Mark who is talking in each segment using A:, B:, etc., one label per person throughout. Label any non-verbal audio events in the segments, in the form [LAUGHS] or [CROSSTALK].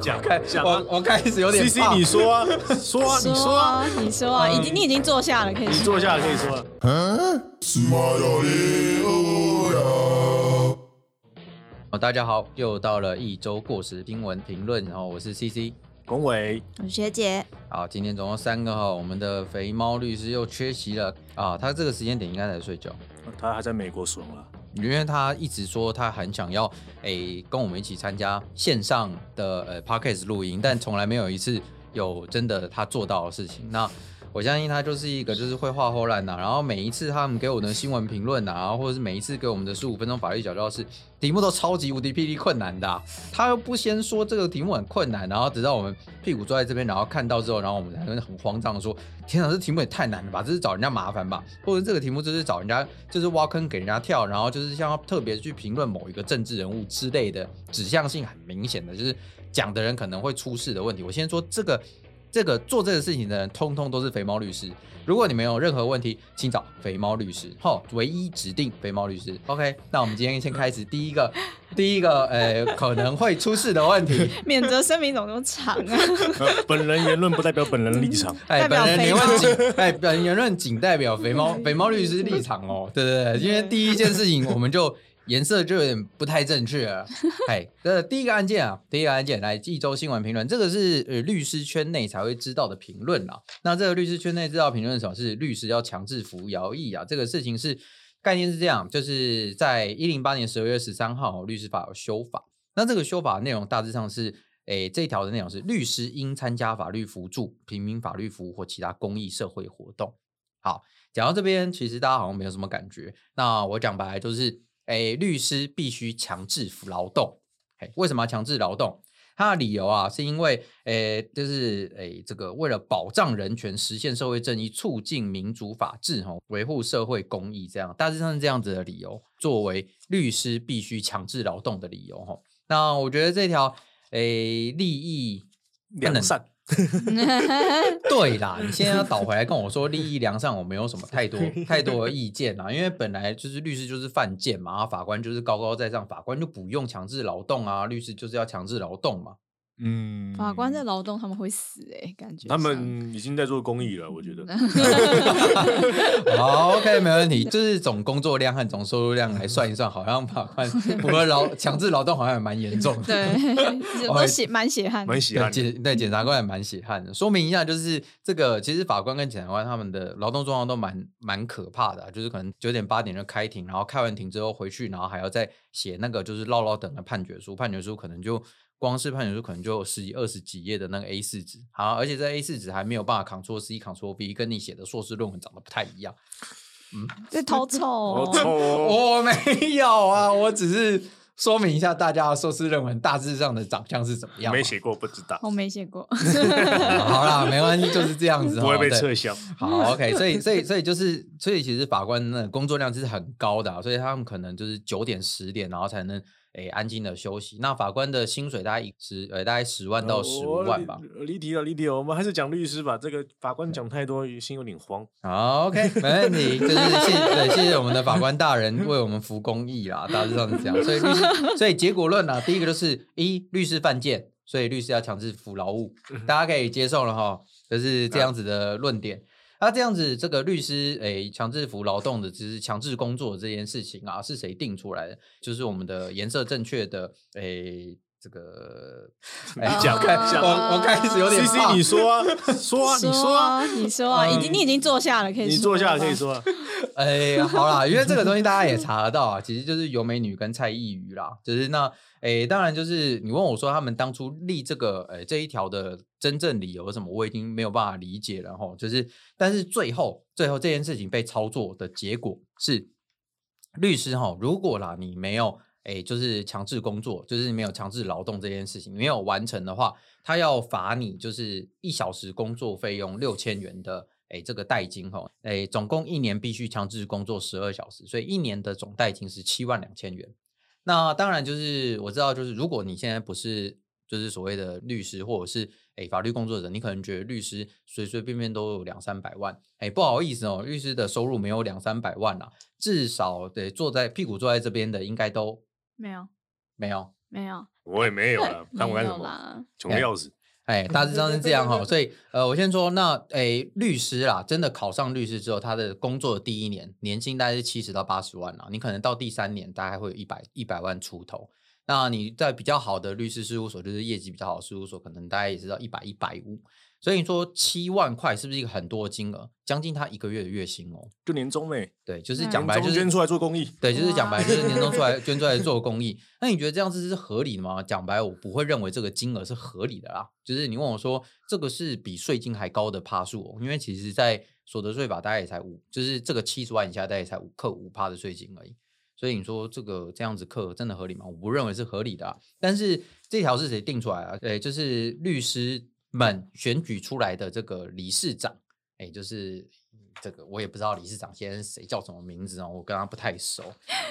A: 讲
B: 开
A: 讲啊
B: 我我开始有点
A: ，C C
B: 怕
A: 你说啊， [LAUGHS] 说啊，你说啊，，
C: 你说啊，已经你已经坐下了，可以
A: 你坐下可以说啊。
B: 哦，大家好，又到了一周过时新闻评论，然后我是 C C。
A: 龚伟，
C: 我学姐，
B: 好，今天总共三个哈，我们的肥猫律师又缺席了啊，他这个时间点应该在睡觉，
A: 他还在美国爽了，
B: 因为他一直说他很想要诶、跟我们一起参加线上的呃 podcast 录音，但从来没有一次有真的他做到的事情。那我相信他就是一个就是会画后烂呐、然后每一次他们给我的新闻评论呐，然后或者是每一次给我们的十五分钟法律小教室题目都超级无敌霹雳困难的啊、他又不先说这个题目很困难，然后直到我们屁股坐在这边，然后看到之后，然后我们才会很慌张的说：“天哪，这题目也太难了吧，这是找人家麻烦吧？或者这个题目就是找人家就是挖坑给人家跳，然后就是像要特别去评论某一个政治人物之类的，指向性很明显的，就是讲的人可能会出事的问题。”我先说这个。这个做这个事情的人，通通都是肥猫律师。如果你们有任何问题，请找肥猫律师，吼，唯一指定肥猫律师。OK，那我们今天先开始第一个， [LAUGHS] 第一个呃可能会出事的问
C: [LAUGHS]
B: 题。
C: 免责声明怎么那么长啊？
A: [LAUGHS] 呃本人言论不代表本人立场。
B: 哎，
C: 代表
B: 本人言
C: 肥猫
B: 论仅哎，本人言论仅代表肥猫肥猫律师立场哦，对对对，因为第一件事情我们就颜色就有点不太正确 [LAUGHS] 了。哎，这第一个案件啊，第一个案件来一周新闻评论，这个是呃律师圈内才会知道的评论啊。那这个律师圈内知道评论是什么？是律师要强制服徭役啊，这个事情是概念是这样，就是在一零八年十二月十三号、律师法有修法，那这个修法内容大致上是，诶，这一条的内容是律师应参加法律辅助、平民法律服务或其他公益社会活动。好，讲到这边，其实大家好像没有什么感觉。那我讲白了就是，诶，律师必须强制服劳动。嘿，为什么要强制劳动？它的理由啊，是因为，诶，就是诶，这个为了保障人权、实现社会正义、促进民主法治、吼，维护社会公益，这样大致上是这样子的理由，作为律师必须强制劳动的理由，吼。那我觉得这条诶利益不能
A: 良善，
B: [LAUGHS] 对啦，你现在要倒回来跟我说利益良善，我没有什么太多太多的意见啦，因为本来就是律师就是犯贱嘛，然啊后法官就是高高在上，法官就不用强制劳动啊，律师就是要强制劳动嘛。
A: 嗯，
C: 法官在劳动他们会死哎，感觉
A: 他
C: 上
A: 们已经在做公益了，我觉得。
B: 嗯好，OK，没问题，就是总工作量和总收入量来算一算，好像法官符合劳强制劳动好像也蛮严重的。
A: [LAUGHS]
C: 对，
B: 哎
C: 都血蛮血汗的，
A: 蛮喜
B: 对
A: 欢
B: [LAUGHS]
A: 的。
B: 检对检察官也蛮血汗的。说明一下，就是这个其实法官跟检察官他们的劳动状况都蛮蛮可怕的啊、就是可能九点八点就开庭，然后开完庭之后回去，然后还要再写那个就是唠唠等的判决书，判决书可能就。光是判决书可能就有十几、二十几页的那个 A 四纸，好，而且这 A 四纸还没有办法 Ctrl C、Ctrl V，跟你写的硕士论文长得不太一样。
C: 这头臭
A: 好
C: 哦，
A: 臭哦！
B: 我没有啊，我只是说明一下大家的硕士论文大致上的长相是怎么样嘛。
A: 没写过不知道，
B: 哦
C: 我没写过，
B: 好啦，没关系，就是这样子哦。
A: [LAUGHS] 不会被
B: 对
A: 撤销。
B: 好，OK，所以所以所以就是，所以其实法官那个工作量是很高的、啊，所以他们可能就是九点十点，然后才能诶、安静的休息。那法官的薪水大概十呃大概十万到十五万吧。
A: 呃。哦离题了，离题了，我们还是讲律师吧。这个法官讲太多，心有点慌。
B: 好，OK，
A: [LAUGHS]
B: 没问题。就是谢对谢谢我们的法官大人为我们服公益啦，大致上是这样。所以律师， [LAUGHS] 所以结果论啊，第一个就是一律师犯贱，所以律师要强制服劳务，
A: 嗯
B: 大家可以接受了哈，就是这样子的论点。那这样子，这个律师诶，强制服劳动的，就是强制工作的这件事情啊，是谁定出来的？就是我们的颜色正确的诶，这个
A: [LAUGHS] 你
B: 哎
A: 讲
B: 我开
A: 讲
B: 我我开始有点
A: C
B: 怕
A: C，你说啊，说啊，你说啊，
C: 啊，你说啊，已经你已经坐下了，可以
A: 你坐下
C: 了
A: 可以
C: 吧，
A: 说啊。
B: 哎，好啦，因为这个东西大家也查得到啊，其实就是尤美女跟蔡依瑜啦，就是那哎，当然就是你问我说他们当初立这个哎这一条的真正理由是什么，我已经没有办法理解了哈。就是，但是最后最后这件事情被操作的结果是，律师哈，如果啦你没有哎就是强制工作，就是没有强制劳动这件事情没有完成的话，他要罚你就是一小时工作费用六千元的。哎，这个代金哈，哎，总共一年必须强制工作十二小时，所以一年的总代金是七万两千元。那当然就是我知道，就是如果你现在不是就是所谓的律师或者是诶法律工作者，你可能觉得律师随随便便都有两三百万，诶不好意思哦，律师的收入没有两三百啊万啦、至少得坐在屁股坐在这边的应该都
C: 没有，
B: 没有。
C: 没有，
A: 我也没有了，当我
C: 没
A: 干什
C: 有
A: 么？
C: 啦。
A: 穷的要死。
B: 哎，大致上是这样哈、所以呃，我先说，那哎，律师啦，真的考上律师之后，他的工作的第一年年薪大概是七十到八十万啦，你可能到第三年大概会有一百一百万出头。那你在比较好的律师事务所，就是业绩比较好的事务所，可能大概也是到一百一百五。所以你说七万块是不是一个很多的金额？将近他一个月的月薪哦。
A: 就年终呗，
B: 对，就是
C: 嗯
B: 讲白
A: 年
B: 就
A: 终
B: 是
A: 捐出来做公益，
B: 对，就是讲白，就是
C: 哇
B: 年终出来捐出来做公益。那你觉得这样子是合理的吗？讲白，我不会认为这个金额是合理的啦。就是你问我说，这个是比税金还高的趴数、哦，因为其实在所得税法大概也才五，就是这个七十万以下大概也才五克五趴的税金而已。所以你说这个这样子课真的合理吗？我不认为是合理的、啊。但是这条是谁定出来啊？对，就是律师们选举出来的这个理事长。哎，就是嗯这个我也不知道理事长先生谁叫什么名字哦，我跟他不太熟，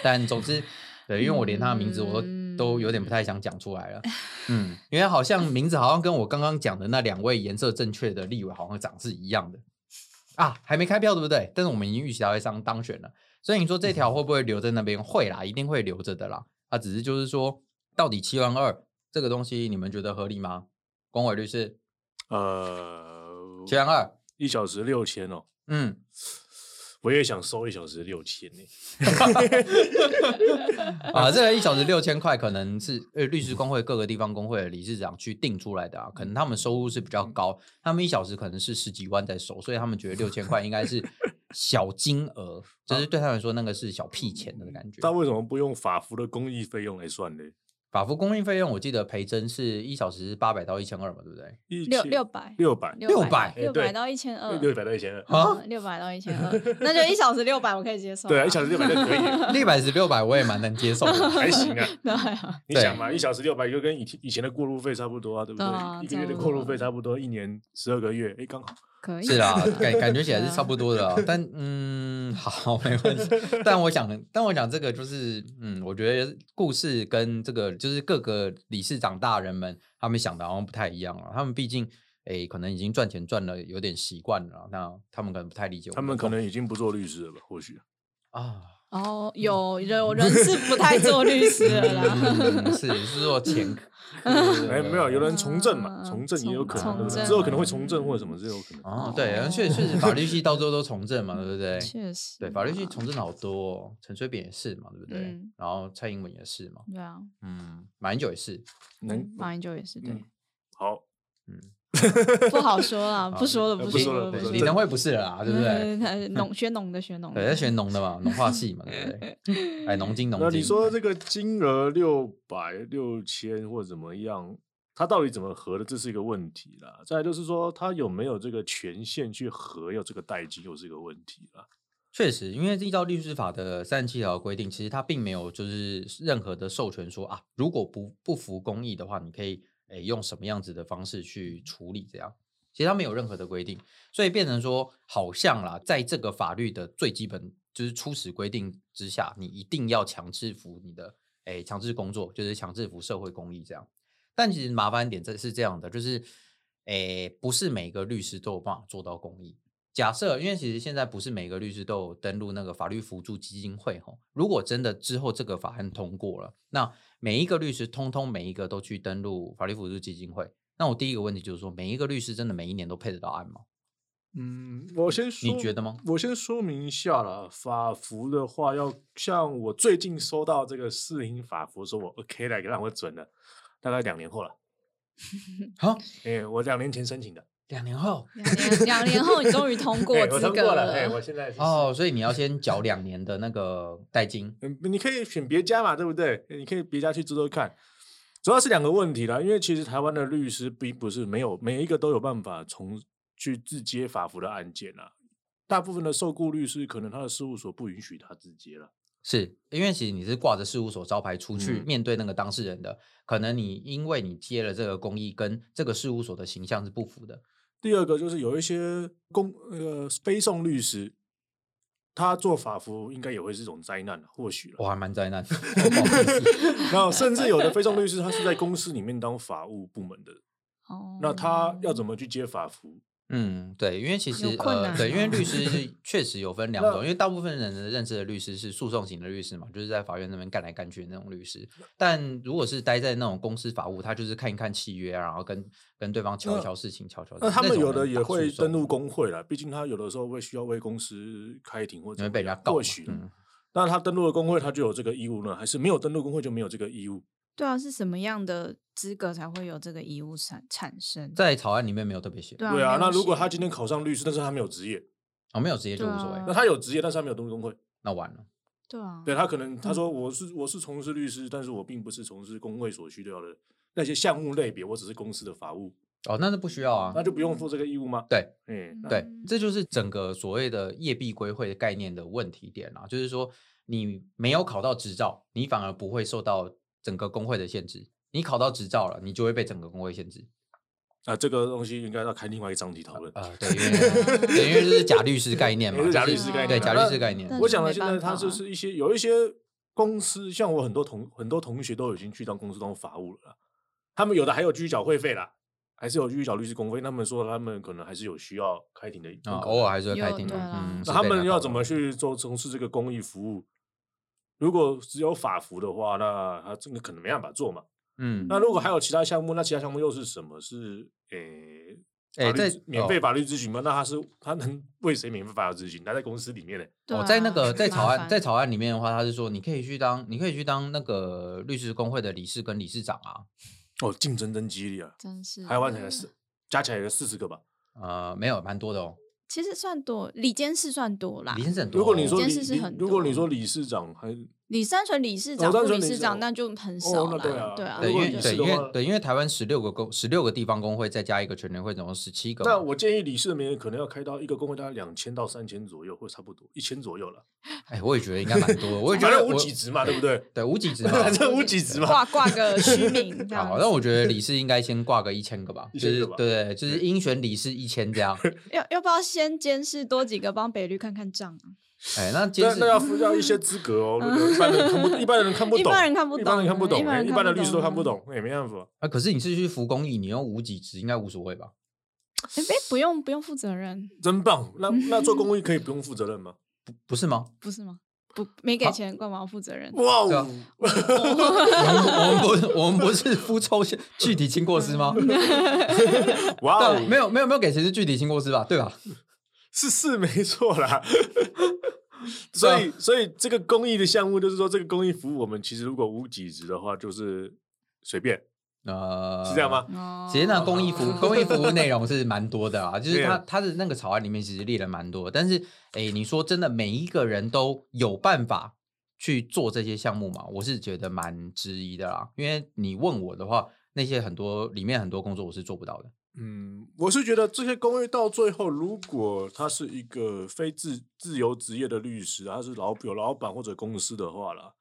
B: 但总之，对，因为我连他的名字我都都有点不太想讲出来了，嗯，因为好像名字好像跟我刚刚讲的那两位颜色正确的立委好像长是一样的啊，还没开票对不对？但是我们已经预期到会上当选了，所以你说这条会不会留在那边？会啦，一定会留着的啦。啊，只是就是说，到底七万二这个东西，你们觉得合理吗？光伟律师，
A: 呃，
B: 七万二，
A: 一小时六千哦，
B: 嗯。
A: 我也想收一小时六千呢。
B: 啊，这个一小时六千块，可能是呃律师工会各个地方工会的理事长去定出来的啊，可能他们收入是比较高，他们一小时可能是十几万在收，所以他们觉得六千块应该是小金额，就是对他们来说那个是小屁钱的感觉。
A: 他为什么不用法服的公益费用来算呢？
B: 法服公益费用，我记得培真是一小时八百到一千二嘛，对不 [LAUGHS] 对？
A: 一
C: 六
A: 千
C: 六嗯百，
A: 六百
B: 600
A: 哎
C: 六
A: 对
C: 百到一千二，
A: 六百到一千二，
B: 啊，
C: 六百到一千二，那就一小时六百，我可以接受。
A: 对啊，一小时六百就可以了，
B: 六百十六百我也蛮能接受的。
A: 还行啊。
C: [LAUGHS] 对啊，
A: 你想嘛，一小时六百就跟以前以前的过路费差不多啊，对不
C: 对啊
A: 对？一个月
C: 差
A: 的
C: 不
A: 过路
C: 多
A: 费差不多，一年十二个月，哎，刚好。
C: 可以。
B: 是
C: [LAUGHS]
B: 啦，感感觉起来是差不多的啊，但嗯，好，没问题。但我想，但我想这个就是，嗯，我觉得故事跟这个就是各个理事长大人们他们想的好像不太一样了。他们毕竟，诶，可能已经赚钱赚了有点习惯了啊，那他们可能不太理解我
A: 他
B: 的
A: 们可
B: 痛
A: 能已经不做律师了吧？或许
B: 啊， [LAUGHS]
C: 哦，有有人是不太做律师了啦。
B: 嗯是是说
C: [LAUGHS]
B: 钱，
A: 哎，没有，有人从政嘛，
C: 啊
A: 从政也有可能，对不
B: 从
A: 对？之后可能会从政或者什么，这有可能。
B: 哦，对，然后确确实法律系到最后都从政嘛，对不 [LAUGHS] 对？
C: 确实，啊
B: 对，法律系从政的好多、哦，陈水扁也是嘛，对不对？
C: 嗯
B: 然后蔡英文也是嘛，
C: 对啊，
B: 嗯，马英九也是，
A: 能
C: 马英九也是对
A: 嗯，好，
B: 嗯，
C: 不好说
B: [LAUGHS]
C: 啦，哦不说了，
A: 呃
C: 说
A: 不说
C: 了，
A: 了不
B: 对
A: 说，
B: 啊李
A: 了
B: 登辉不是了啦，对不对？
C: 嗯？他农学农的学农
B: [LAUGHS]
C: 的，
B: 对，他学农的
C: [LAUGHS]
B: 嘛，农化系嘛，对不对？哎，农经农
A: 那
B: 经，
A: 你说这个金额六百、六千或怎么样，它到底怎么合的，这是一个问题啦。再来就是说，他有没有这个权限去合，要这个代金又是一个问题啦。
B: 确实，因为依照律师法的三十七条的规定，其实它并没有就是任何的授权说啊，如果不不服公益的话，你可以诶用什么样子的方式去处理这样。其实它没有任何的规定，所以变成说，好像啦，在这个法律的最基本就是初始规定之下，你一定要强制服你的诶强制工作，就是强制服社会公益这样。但其实麻烦点这是这样的，就是，诶，不是每个律师都有办法做到公益。假设，因为其实现在不是每个律师都有登录那个法律辅助基金会吼。如果真的之后这个法案通过了，那每一个律师通通每一个都去登录法律辅助基金会，那我第一个问题就是说，每一个律师真的每一年都配得到案吗？
A: 嗯，我先说，
B: 你觉得吗？
A: 我先说明一下啦，法服的话，要像我最近收到这个试营法服，说我 OK 了，让我准了，大概两年
B: [LAUGHS]
A: 后了。
B: 好，
A: 哎、我两年前申请的，
B: 两年后
C: 两年两年后你终于通
A: [LAUGHS]
C: 过
A: 哎我
C: 资
A: 通
C: 格
A: 过了，哎、我现在是
B: 哦，所以你要先缴两年的那个代金。
A: 嗯，你可以选别家嘛，对不对？你可以别家去做做看。主要是两个问题啦，因为其实台湾的律师并不是没有每一个都有办法从去自接法服的案件啊。大部分的受雇律师可能他的事务所不允许他自接了。
B: 是因为其实你是挂着事务所招牌出去
A: 嗯
B: 面对那个当事人的，可能你因为你接了这个公益，跟这个事务所的形象是不符的。
A: 第二个就是有一些公呃非讼律师，他做法服应该也会是一种灾难啊，或许了。
B: 我还蛮灾难， [LAUGHS] 不好意思
A: 然后甚至有的非讼律师他是在公司里面当法务部门的，
C: 哦
A: 那他要怎么去接法服？
B: 嗯，对，因为其实
C: 有困
B: 呃，
C: 难
B: 对，因为
C: 哦 [LAUGHS]
B: 律师是确实有分两
A: 那
B: 种，因为大部分人的认识的律师是诉讼型的律师嘛，就是在法院那边干来干去的那种律师。但如果是待在那种公司法务，他就是看一看契约啊，然后跟跟对方瞧一瞧事情，瞧瞧。
A: 那他们
B: 嗯种
A: 有
B: 人
A: 的也
B: 打
A: 会
B: 诉讼
A: 登录工会了，毕竟他有的时候会需要为公司开庭或
B: 你
A: 者
B: 会被人家告嘛。
A: 或许啦。
B: 嗯，
A: 那他登录了工会，他就有这个义务呢？还是没有登录工会就没有这个义务？
C: 对啊，是什么样的资格才会有这个义务产产生？
B: 在草案里面没有特别写，
C: 对啊，
A: 对啊，
C: 没
A: 那
C: 有
A: 如果他
C: 写
A: 今天考上律师，但是他没有职业，
B: 哦，没有直接就
C: 对
B: 无所谓
C: 啊，
A: 那他有职业，但是他没有登录工会，
B: 那完了。
C: 对啊，
A: 对他可能
B: 嗯
A: 他说我是我是从事律师，但是我并不是从事工会所需要的那些项目类别，我只是公司的法务，
B: 哦，那就不需要啊
A: 那。就不用负这个义务吗？
B: 对，
A: 嗯，那
B: 对
C: 嗯，
B: 这就是整个所谓的业必归会的概念的问题点啊，就是说你没有考到执照，你反而不会受到整个工会的限制；你考到执照了，你就会被整个工会限制。
A: 啊，这个东西应该要开另外一章题讨论。
B: 呃，对，因
A: [LAUGHS]
B: 为对，因为这是假律师概念嘛，
A: 也是 [LAUGHS] 假
B: 就
A: 律师概念
B: 对，
A: 嘛
B: 假
A: 那
B: 律师概念
C: 但。
A: 我
C: 是
A: 想
C: 没
A: 呢，现在
C: 办
A: 他
C: 法
A: 就
C: 啊
A: 是一些有一些公司，像我很多同很多同学都已经去当公司当法务了啦，他们有的还有继续缴会费啦，还是有继续缴律师工费。他们说他们可能还是有需要开庭的那
B: 啊，
A: 个
B: 偶尔还是会开
C: 有
B: 庭
C: 对啊
B: 啊。嗯，
A: 那
B: 是
A: 他
B: 被人
A: 们
B: 家
A: 要
B: 告
A: 怎
B: 的
A: 么去做从事这个公益服务？如果只有法服的话，那他这个可能没办法做嘛。
B: 嗯，
A: 那如果还有其他项目，那其他项目又是什么？是诶。
B: 哎
A: 法律
B: 在
A: 咨免
B: 哦
A: 费法律咨询吗？那他是他能为谁免费法律咨询？他在公司里面呢、
C: 对
B: 哦，
C: 啊
B: 在那个
C: 很
B: 在
C: 麻
B: 草案
C: 烦
B: 在草案里面的话，他是说你可以去当你可以去当那个律师工会的理事跟理事长啊，
A: 哦，竞争真激烈啊！
C: 真是
A: 台湾才
B: 嗯
A: 四，加起来有四十个吧。
B: 呃，没有蛮多的哦，
C: 其实算多，李监事算多啦
B: 理。事很多哦。
A: 如果你说
C: 这
A: 理
C: 件事是
A: 理
C: 很
A: 如果你
C: 多哦
A: 说理事长还
C: 李三纯理事
A: 哦
C: 长、
A: 单
C: 副
A: 纯
C: 理
A: 理
C: 事
A: 事
C: 长，
A: 长
C: 那就很
A: 哦
C: 少
A: 那
C: 了。
A: 对啊
C: 啊，
B: 对，
A: 如
B: 因
A: 果
B: 为
A: 你
C: 就
B: 对，
C: 是
A: 的
B: 因
A: 话
B: 为对，因为台湾十六个工，十六个地方工会，再加一个全联会，总共十七个嘛。
A: 那我建议理事的名额可能要开到一个工会大概两千到三千左右，或差不多一千左右了。
B: 哎，我也觉得应该蛮多的，我也觉
A: 反
B: 得
A: 正
B: 我
A: 无几职嘛，对不对？
B: 对啊无几职嘛。
A: [LAUGHS] 反正无几职嘛。
C: 挂挂
A: [LAUGHS]
C: 个虚名这样
B: 好，
C: 子。
B: 那我觉得理事应该先挂个一千个吧，
A: 一
B: 就
A: 千
B: 是
A: 个吧
B: 对，对就是应选理事一千这样。
A: [LAUGHS]
C: 要要不要先监视多几个，帮北律看看账啊？
B: 哎，那监
A: 那
B: 事
A: 那要要一些资格
C: [LAUGHS]
A: 哦，对不对一般人看不一般人看不懂，
C: 一般人看不
A: 一般人看不
C: 懂
A: 懂，
C: 一般
A: 哎
C: 人
A: 一
C: 看
A: 般的
C: 不
A: 律师都
C: 懂
A: 看不
C: 啊
A: 懂，也没办法。
B: 啊，可是你是去服公益，你用无几职应该无所谓吧？
C: 哎，不用不用负责任，
A: 真
C: 嗯
A: 棒！那那做公益可以不用负责任吗？
B: 不是吗？ [LAUGHS]
C: 不是吗？不，没给钱干嘛负责任？
A: 哇
B: 对啊
A: 哦！
B: 我们我们不我们不是夫抽象具体亲过
A: [LAUGHS]
B: 失吗？
C: 嗯 [LAUGHS]
A: 哇哦
B: 对，，
C: 啊
B: 没有没有没有给谁是具体亲过失吧？对吧？
A: 是是没错
C: [LAUGHS]
A: 啦。
C: 啊
A: 所以，所以这个公益的项目就是说，这个公益服务，我们其实如果无几职的话，就是随便，
B: 呃，
A: 是这样吗？
C: 哦
B: 其实那公益
C: [LAUGHS]
B: 服务公益服务内容是蛮多的啊，就是
A: 对
B: 它
A: 啊
B: 它的那个草案里面其实列了蛮多，但是诶，你说真的每一个人都有办法去做这些项目吗？我是觉得蛮质疑的啦，因为你问我的话，那些很多里面很多工作我是做不到的。
A: 嗯，我是觉得这些公益到最后，如果他是一个非自自由职业的律师，他是老有老板或者公司的话啦，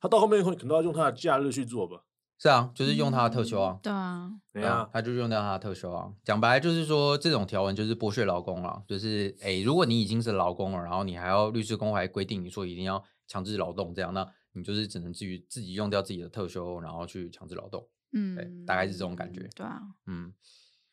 A: 他到后面会可能要用他的假日去做吧。哎
B: 是啊，就是用他的特休啊
C: 嗯，对啊，
A: 怎
B: 对啊
A: 样？
B: 他就用到他的特休啊。讲白了就是说，这种条文就是剥削劳工了，就是诶，如果你已经是劳工了，然后你还要律师工还规定你说一定要强制劳动这样，那你就是只能至于自己用掉自己的特休，然后去强制劳动。
C: 嗯，
B: 大概是这种感觉
C: 对啊，
B: 嗯，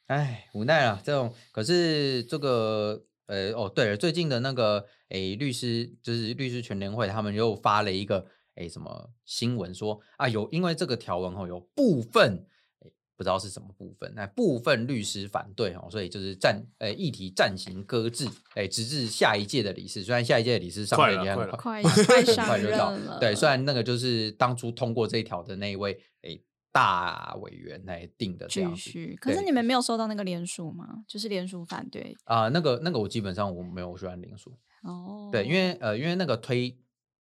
B: 哎，无奈了。这种可是这个呃哦，对了，最近的那个诶，律师就是律师全联会，他们又发了一个诶什么新闻说啊，有因为这个条文哦，有部分诶不知道是什么部分，那部分律师反对哦，所以就是暂诶议题暂行搁置，诶，直至下一届的理事。虽然下一届的理事上
A: 快
B: 任
A: 了
B: 也
A: 快
B: 很
A: 了
C: 快快
B: 很
C: 上
B: [LAUGHS] 快就
C: 任
B: 到
C: 了。。
B: 对，虽然那个就是当初通过这一条的那一位诶大委员来定的这样
C: 继
B: 子。
C: 续，可是
B: 对
C: 你们没有收到那个联署吗？就是联署反对
B: 啊、那个那个我基本上我没有去按连署，
C: 哦。
B: 对，因为呃，因为那个推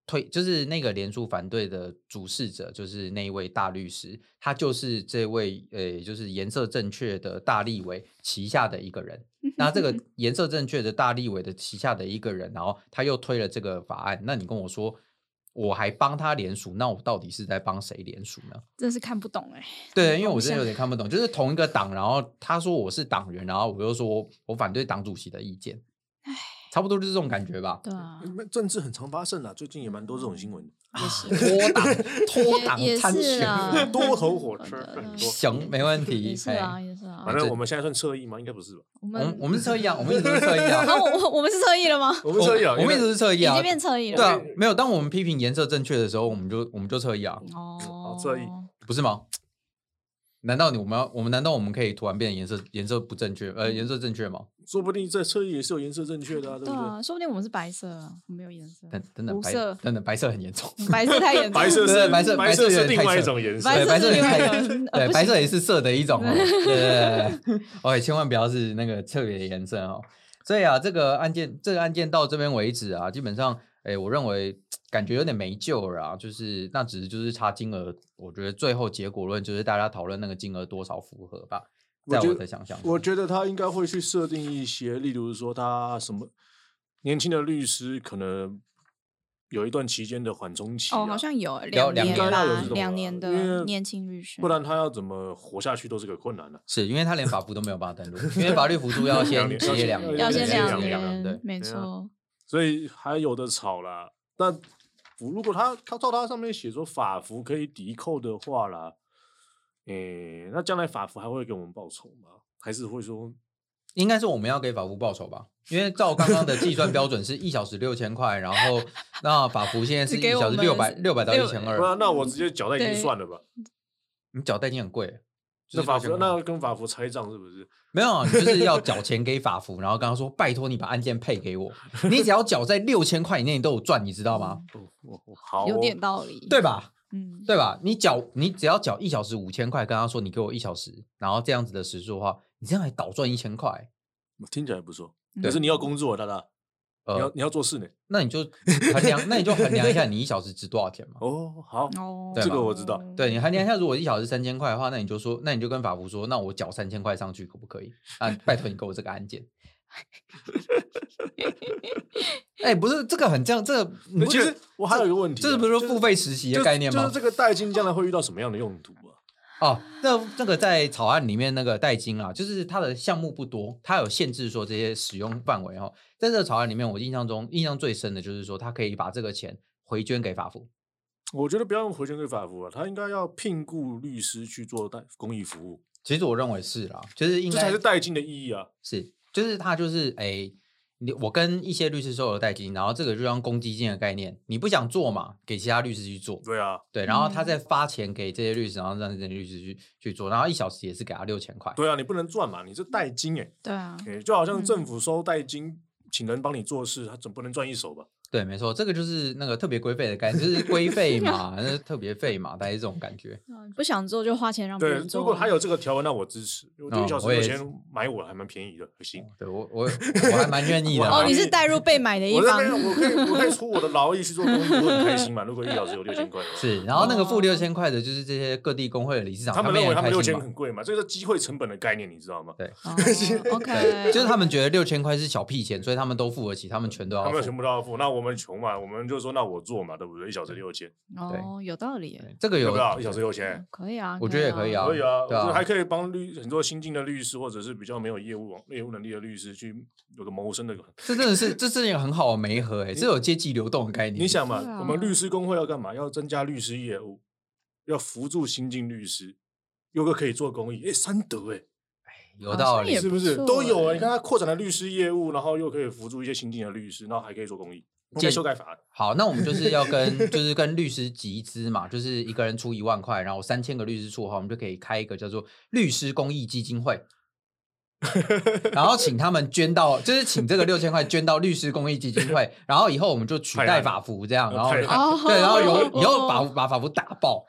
B: 推就是那个连署反对的主事者就是那一位大律师，他就是这位呃，就是颜色正确的大立委旗下的一个人。那这个颜色正确的大立委的旗下的一个人，然后他又推了这个法案，那你跟我说。我还帮他联署，那我到底是在帮谁联署呢？
C: 真是看不懂哎、
B: 对，因为我
C: 是
B: 真的有点看不懂，就是同一个党，然后他说我是党员，然后我又说我我反对党主席的意见，差不多就是这种感觉吧。
C: 对啊，
A: 嗯政治很常发生啊，最近也蛮多这种新闻的。
C: 也是
B: 脱党脱党
C: [LAUGHS] 也也
B: 参
C: 是啊
A: [LAUGHS]
B: 选，
A: 多头
C: [LAUGHS]
A: 火车
C: 好的
A: 很多。
B: 行，没问
C: 也
B: 题。
C: 是啊，
B: 哎
C: 也是啊
A: 反。正我们现在算侧翼吗？应该不是吧？
B: 我
C: 我
B: 们
C: 们
B: 我
C: [LAUGHS]
B: 们是侧翼啊，我们一直都是侧翼啊
C: 啊，，我 [LAUGHS] 我我们是侧翼了吗？
A: 我们侧翼啊，
B: 我们一直
A: 因为
B: 是侧翼
C: 已
B: 啊
C: 经，变侧翼
B: 对
C: 了。
B: 啊，没有。当我们批评颜色正确的时候，我们就我们就侧翼啊，
C: 哦，
A: 侧翼
B: 不是吗？难道你我们要我们难道我们可以突然变颜色颜色不正确呃
C: 嗯
B: 颜色正确吗？
A: 说不定这侧翼也是有颜色正确的啊，对不
C: 对
A: 对？
B: 哦
C: 啊，说不定我们是白色啊，我们没有
B: [LAUGHS]
C: 颜色，
B: 等等等
C: 无
B: 白
C: 色
B: 等等白色很严重，
C: 白色
A: [LAUGHS]
C: 太严重了。
A: 白色
B: 对
A: 是
B: 白色
A: 白色
B: 白色
A: 是
B: 有点
A: 另
B: 太
A: 外一
B: 扯
A: 种 [LAUGHS] 颜色，
C: 白
B: 对
C: 色
B: 白色
C: 是
B: 也
C: 另外一
B: 太
C: 个呃
B: 对
C: 不
B: 白
C: 行
B: 色也是色的一种哦，对对对对 [LAUGHS] OK，千万不要是那个特别的颜色哦。所以啊，这个案件这个案件到这边为止啊，基本上，哎，我认为感觉有点没救了啊，就是那只是就是差金额，我觉得最后结果论就是大家讨论那个金额多少符合吧，
A: 我
B: 在
A: 觉
B: 我
A: 得
B: 的想象中，
A: 我觉得他应该会去设定一些，例如说他什么年轻的律师可能有一段期间的缓冲期、啊，
C: 哦，好像有
B: 两
C: 两年
A: 吧
B: 年
C: 吧，两
A: 两
C: 年
A: 年的
C: 的年轻律师，
A: 啊不然他要怎么活下去都是个困难的、啊
B: 是因为他连法服都没有办法登录，因为法律辅助要
A: 两
B: 先
A: 年
B: 结两年，
C: 要先
A: 对
C: 两
A: 两年
B: 对
C: 年，，没
A: 对啊
C: 错。
A: 所以还有的吵啦。但服如果他他照他上面写说法服可以抵扣的话啦，诶、那将来法服还会给我们报酬吗？还是会说
B: 应该是我们要给法服报酬吧，因为照刚刚的计算标准是一小时六千块，然后那法服现在是
C: 只
B: 一
C: 给我
B: 小时
C: 们
B: 六百六百到一
C: 六
B: 千
A: 不然
B: 二，
A: 那我直接缴代金
C: 对
A: 算了吧？
B: 你缴代金很贵，就
A: 那
B: 是
A: 法
B: 6000
A: 服
B: 块
A: 那跟法服拆账是不是？
B: 没有啊，你就是要缴钱给法服，然后跟他说拜托你把案件配给我，你只要缴在六千块以内你都有赚，你知道吗？
A: 哦，哦哦好哦，
C: 有点道理，
B: 对，吧？
C: 嗯，
B: 对吧？你缴你只要缴一小时五千块，跟他说你给我一小时，然后这样子的时数的话，你这样还倒赚一千块，
A: 听起来不错。
C: 对
A: 可是你要工作，大大，你要
B: 呃，
A: 你要做事呢。
B: 那你就衡量，那你就衡量一下你一小时值多少钱嘛。
A: 哦，好，
B: 嗯
C: 哦，
B: 对吧这个
A: 我知道
B: 对你衡
A: 嗯
B: 量一下，如果一小时三千块的话，那你就说，那你就跟法服说，那我缴三千块上去可不可以？啊，拜托你给我这个案件。哎、不是这个很这样，这个你
A: 那
B: 不
A: 其
B: 觉得
A: 实我还有一个问题啊，
B: 这是不
A: 就是
B: 付费实习
A: 就
B: 的
A: 是
B: 概念吗？
A: 就是这个代金将来会遇到什么样的用途啊？
B: 哦，那那个在草案里面那个代金啊，就是它的项目不多，它有限制说这些使用范围哦。在这个草案里面，我印象中印象最深的就是说，它可以把这个钱回捐给法服。
A: 我觉得不要用回捐给法服啊，他应该要聘雇律师去做代公益服务，
B: 其实我认为是啦，就是应
A: 这
B: 该
A: 才是代金的意义啊。
B: 是，就是他就是诶，你我跟一些律师收了代金，然后这个就像公积金的概念，你不想做嘛，给其他律师去做，
A: 对啊，
B: 对，然后他再发钱给这些律师，然后让这些律师去去做，然后一小时也是给他六千块，
A: 对啊，你不能赚嘛，你是代金哎、
C: 对啊，
A: 欸就好像
C: 嗯
A: 政府收代金，请人帮你做事，他总不能赚一手吧？
B: 对，没错，这个就是那个特别规费的概念，就是规费嘛，那是特别费嘛，大概是这种感觉。
C: 嗯不想做就花钱让别
A: 对
C: 人，做。
A: 如果他有这个条文，那我支持。我觉得
B: 嗯
A: 一小时
B: 啊我也
A: 六
B: 是
A: 千买我还蛮便宜的，行。
B: 对
A: [LAUGHS]
B: 我我我还蛮愿意的
A: 哇
C: 哦，
B: 啊，
C: 你是带入被买的一
A: 我这
C: 方，
A: 边我可以我可以出我的劳力去做公益，我很开心嘛。如果一小时有六千块的话， [LAUGHS]
B: 是，啊然后那个付
C: 哦
B: 六千块的，就是这些各地工会的理事长，
A: 他们
B: 也
A: 认为
B: 很
A: 他们
B: 开
A: 六
B: 心
A: 千
B: 嘛
A: 很贵嘛，这个是机会成本的概念，你知道吗？ [LAUGHS]
C: 哦
B: 对，
C: OK， [LAUGHS]
B: 就是他们觉得六千块是小屁钱，所以他们都付得起，他们全都
A: 他
B: 要
A: 们全
B: 付。
A: 部都要付，那我们穷嘛，我们就说那我做嘛，对不对？一小时六千，
C: 哦，有道理耶，
B: 这个
A: 要
B: 有
A: 不要？一小时六千，
C: 可以啊，
B: 我觉得也可以啊
A: 可以啊。我
B: 啊对啊
A: 觉得还可以帮律很多新进的律师，或者是比较没有业务网业务能力的律师去有个谋生的。
B: 这真的是这是一个很好的媒合哎、欸，这有阶级流动的概念。
A: 你想嘛
C: 是啊，
A: 我们律师工会要干嘛？要增加律师业务，要扶助新进律师，有个可以做公益，哎，三德哎。
B: 有道
C: 好像
B: 理
C: 也
A: 是
C: 不
A: 不是
C: 错
A: 都有啊？
C: 欸
A: 你看他扩展了律师业务，然后又可以辅助一些新进的律师，然后还可以做公益，应该
B: 建
A: 修改法案。
B: 好，那我们就是要跟就是跟律师集资嘛，就是一个人出一万块，然后三千个律师出的话，我们就可以开一个叫做律师公益基
A: [LAUGHS]
B: 金会，然后请他们捐到，就是请这个六千块捐到律师公益基金会，然后以后我们就取
A: 太
B: 代
A: 烂了
B: 法服这样，然后
A: 太烂
C: 哦，
B: 啊 [LAUGHS]
C: 哦
B: 对，然后有以后把把法服打爆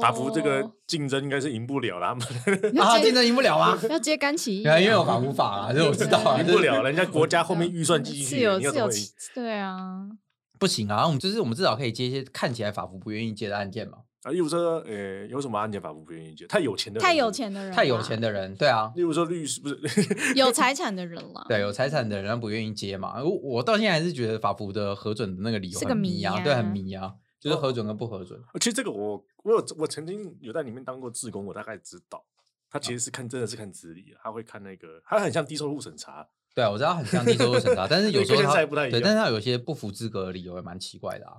A: 打服这 [LAUGHS] 个竞争应该是赢不了了，他们
B: 啊，
C: 要
B: 竞
C: 接
B: 争赢不了吗？
C: 要接干起义
B: 原
C: 啊，
B: 来因为有法无法啊，这我知道啊，
A: 赢
B: 就
A: 不
B: 是
A: 了了。人家国家后面预算继
C: 是
A: 续，
C: 有
A: 你要
C: 是
A: 怎
C: 有
A: 么赢？
C: 对啊，
B: 不行啊，我们就是我们至少可以接一些看起来法服不愿意接的案件嘛，
A: 啊，例如说，呃，有什么案件法不愿意接？太有钱的，
C: 太有。钱的人，
B: 太有钱，的人，对啊，
A: 例如说律师不是
C: 有财产的人了，
B: [LAUGHS] 对，有财产的人不愿意接嘛。我我到现在还是觉得法服的核准的那个理由
C: 是
B: 很
C: 个
B: 迷啊，
C: 谜
B: 对，很
C: 啊
B: 迷啊，就是核准跟不核准。
A: 其实这个我我有我曾经有在里面当过志工，我大概知道，他其实是看真的是看资历的，啊他会看那个，他很像低收入审查，
B: 对啊，我知道很像低收入审查，但是有时候
A: 跟现
B: 他
A: 在不太一
B: 对，
A: 样
B: 但是他有些不符资格的理由也蛮奇怪的啊。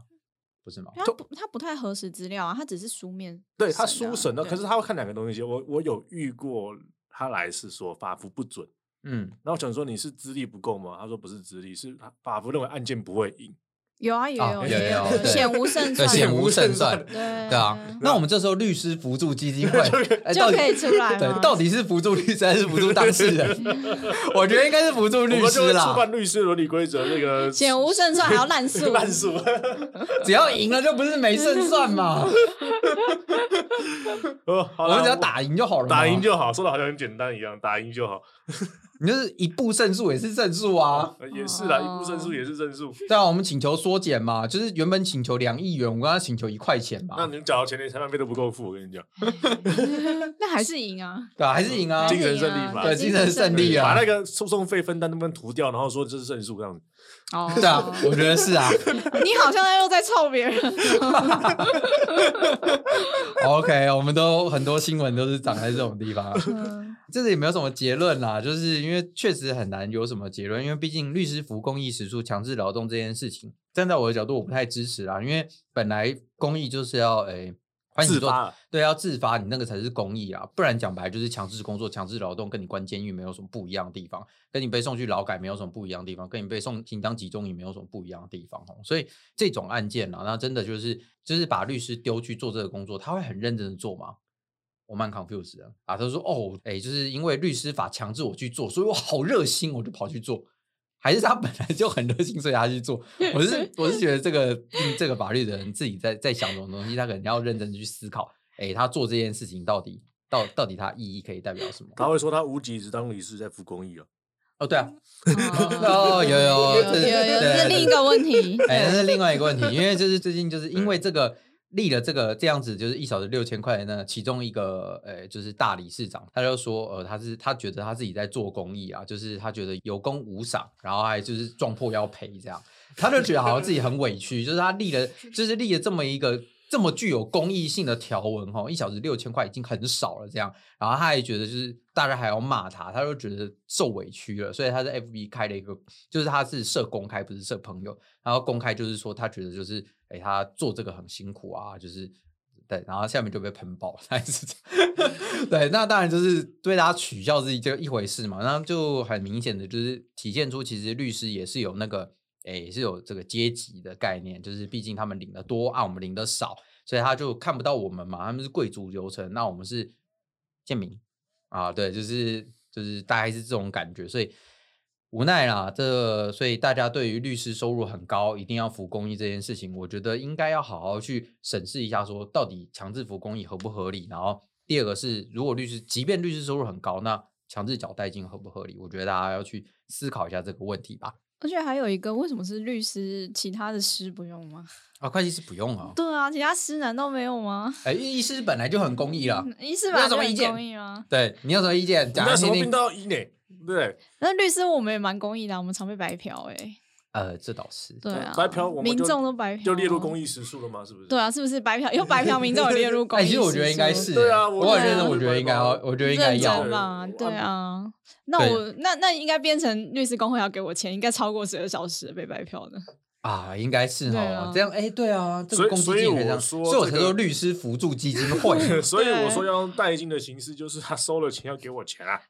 B: 不是吗？
C: 他不他不太核实资料啊，他只是书面
A: 对他
C: 审
A: 书
C: 的啊
A: 审的，可
C: 对
A: 是他会看两个东西。我我有遇过他来是说法服不准，
B: 嗯，
A: 然后我想说你是资历不够吗？他说不是资历，是他法服认为案件不会赢。
C: 有啊也
B: 啊
C: 有
B: 有
C: 也
B: 有
C: 有
B: 对
C: 显无胜
B: 对，
C: 算，
B: 显无胜算
A: 算，
C: 对
B: 对啊。那我们这时候律师辅助基金会哎
C: 就
B: 到底
C: 可以啊出来
B: 对
C: 吗，
B: 到底是辅助律师还是辅助当事人？我觉得应该是辅助
A: 我
B: 律
A: 们就
B: 师
A: 会触
B: 啦，
A: 犯律师伦理规则那
C: [LAUGHS]
A: 个 [LAUGHS]
C: 显无胜算还要烂数，
A: 烂俗。
B: 只要赢了就不是没胜算嘛，
A: [LAUGHS] 哦， [LAUGHS] 好
B: 我
A: 啦
B: 们只要打赢就好了嘛，
A: 打赢就好，说的好像很简单一样，打赢就好。
B: 你就是一步胜诉也是胜诉啊。
A: 呃也是啦，一
C: 哦
A: 步胜诉也是胜诉。
B: 对啊，我们请求缩减嘛，就是原本请求两亿元，我跟他请求一块钱嘛
A: 那，你们缴的钱连裁判费都不够付，我跟你讲，
C: 那还是赢啊，
B: 对啊，还是赢啊
C: 还。
A: 精神
C: 是赢
A: 胜利
C: 啊
A: 法
B: 对精神胜利啊
A: 把那个诉讼费分担那部分涂掉，然后说这是胜诉这样子。
C: 哦，
B: [LAUGHS] 对啊，我觉得是啊。 [LAUGHS]
C: 你好像又在臭别人，
B: OK，我们都很多新闻都是长在这种地方啊。 [LAUGHS]
C: 嗯
B: 这里没有什么结论啦，就是因为确实很难有什么结论，因为毕竟律师服公益时数强制劳动这件事情，站在我的角度我不太支持啊啦，因为本来公益就是要诶。欢喜
A: 自
B: 做
A: 发啊
B: 对，要自发，你那个才是公益啊！不然讲白就是强制工作、强制劳动，跟你关监狱没有什么不一样的地方，跟你被送去劳改没有什么不一样的地方，跟你被送应当集中营没有什么不一样的地方哦。所以这种案件啊，那真的就是就是把律师丢去做这个工作，他会很认真的做吗？我蛮 confused 的啊，他说哦，哎，就是因为律师法强制我去做，所以我好热心，我就跑去做。还是他本来就很热心，所以他去做。我是我是觉得这个嗯这个法律的人自己在在想这种东西，他可能要认真地去思考，哎，他做这件事情到底到到底他意义可以代表什么？
A: 他会说他无极只当理事在服公益啊。
B: 哦，对啊，
C: 哦
B: 哦有有
C: 有
B: 这
C: 有有，
B: 对
C: 这是另一个问题，
B: [LAUGHS] 哎，那是另外一个问题，因为就是最近就是因为这个立了这个这样子，就是一小时六千块的那其中一个，呃、就是大理事长，他就说，呃，他是他觉得他自己在做公益啊，就是他觉得有功无赏，然后还就是撞破要赔这样，他就觉得好像自己很委屈，就是他立了，就是立了这么一个。这么具有公益性的条文哦，一小时六千块已经很少了，这样，然后他也觉得就是大家还要骂他，他就觉得受委屈了，所以他在 FB 开了一个，就是他是设公开，不是设朋友，然后公开就是说他觉得就是哎、他做这个很辛苦啊，就是对，然后下面就被喷 [LAUGHS] 爆，还是这样对，那当然就是对大家取笑是一这一回事嘛，那就很明显的就是体现出其实律师也是有那个哎、也是有这个阶级的概念，就是毕竟他们领的多啊，我们领的少，所以他就看不到我们嘛，他们是贵族流程，那我们是贱民啊，对，就是就是大概是这种感觉，所以无奈啦，这所以大家对于律师收入很高，一定要服公益这件事情，我觉得应该要好好去审视一下，说到底强制服公益合不合理，然后第二个是，如果律师即便律师收入很高，那强制缴代金合不合理？我觉得大家要去思考一下这个问题吧。
C: 而且还有一个，为什么是律师，其他的师不用吗？
B: 啊，会计师不用啊，
C: [LAUGHS] 对啊，其他师难道没有吗？ [LAUGHS]
B: 哎，医师本来就很公益啦。
A: 嗯
C: 医师
B: 那什么
C: 吧，就很
B: 意见
C: 公益啊。
B: 对你有什么意见？
A: 你
B: 讲
A: 那
B: 来
A: 什
B: 听
A: 么病
B: 听
A: 都。要医呢，对不对？
C: 那律师我们也蛮公益的啊，我们常被白嫖哎、
B: 呃，这倒是。
C: 对啊，
A: 白嫖我们
C: 民
A: 就
C: 众都白嫖，
A: 就列入公
C: 益。
A: 益时数了吗？是不是？
C: 对啊，是不是白嫖？有白嫖民众有列入
B: [LAUGHS]
C: 公
B: 哎，
C: 益时
B: 其
C: 数？
B: 实我觉得应该是。
A: 对啊
B: 哎
A: 我
B: 我
C: 觉
B: 觉
C: 得
B: 得，
C: 是
B: 我觉得应该要，我觉得应该
C: 认
B: 要
C: 真。吧，
A: 对
C: 对
B: 嗯
C: 啊。那
B: 对
C: 我那那应该变成律师工会要给我钱，应该超过十二小时被白嫖的。
B: 啊，应该是
C: 对
B: 哦
C: 啊，
B: 这样哎，对啊，这
A: 所
B: 个
A: 以
B: 公积
A: 所以
B: 金也可以这
A: 我
B: 样，
A: 说
B: 所以我
A: 这
B: 才
A: 个
B: 说律师辅助基金会
A: [LAUGHS] 所以我说
C: 啊对
A: 要用代金的形式，就是他收了钱要给我钱啊。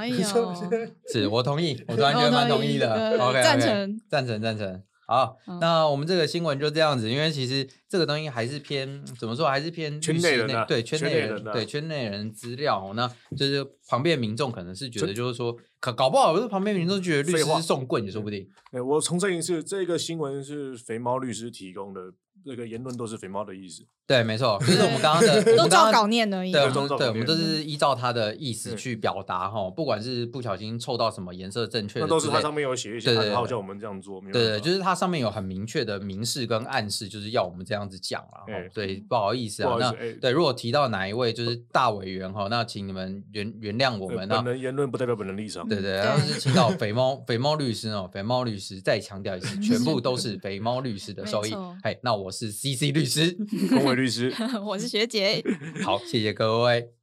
C: 哎呦，
B: [LAUGHS] 是我同意，我突然觉得
C: 我
B: 蛮
C: 同
B: 同
C: 意
B: 意的
C: 对。
B: OK，
C: 赞成，
B: [LAUGHS] 赞成，赞成。好
C: 嗯，
B: 那我们这个新闻就这样子，因为其实这个东西还是偏怎么说，还是偏
A: 圈
B: 律
A: 内
B: 师
A: 人啊
B: 对圈
A: 圈
B: 内
A: 内
B: 人
A: 人啊
B: 对圈内人资料哦，那就是旁边民众可能是觉得就是说，可搞不好就是旁边民众觉得律
A: 废
B: 师
A: 话
B: 是送棍也说不定。
A: 哎，我重申一次，这个新闻是肥猫律师提供的，这个言论都是肥猫的意思。
B: 对，没错，就是我们
C: 对
B: 刚刚
C: [LAUGHS]
B: 的，我
C: 都
B: 们刚
C: 照
B: 刚
C: 稿念而已
B: 对，
C: 啊。
B: 我
A: 都
B: 们
A: 照
B: 对，
A: 稿
B: 我们
A: 念
B: 都是依照他的意思
A: 对
B: 去表达哈，不管是不小心凑到什么颜色正确的
A: 那都
B: 之类的，
A: 是他上面有写一
B: 对
A: 些，
B: 对
A: 他
B: 对
A: 好叫我们这样做，没有
B: 对
A: 办
B: 对，
A: 法
B: 就是它上面有很明确的明示跟暗示，就是要我们这样子讲了。
A: 哎
B: 齁对，不好意思
A: 不
B: 啊，
A: 好意
B: 那
A: 思哎
B: 对，如果提到哪一位就是大委员哈，那请你们原原谅我
A: 呃
B: 们。那
A: 本人嗯言论不代表本人立场。
B: 对对，
C: 对
B: 然后是
A: [LAUGHS]
B: 请到肥猫肥猫律师哦，肥猫律师再强调一次，全部都是肥猫律师的
C: 没
B: 受益
C: 错。
B: 哎，那我是 C C 律师，
A: 龚伟律师，
C: [LAUGHS] 我是学姐，
B: 好，谢谢各位。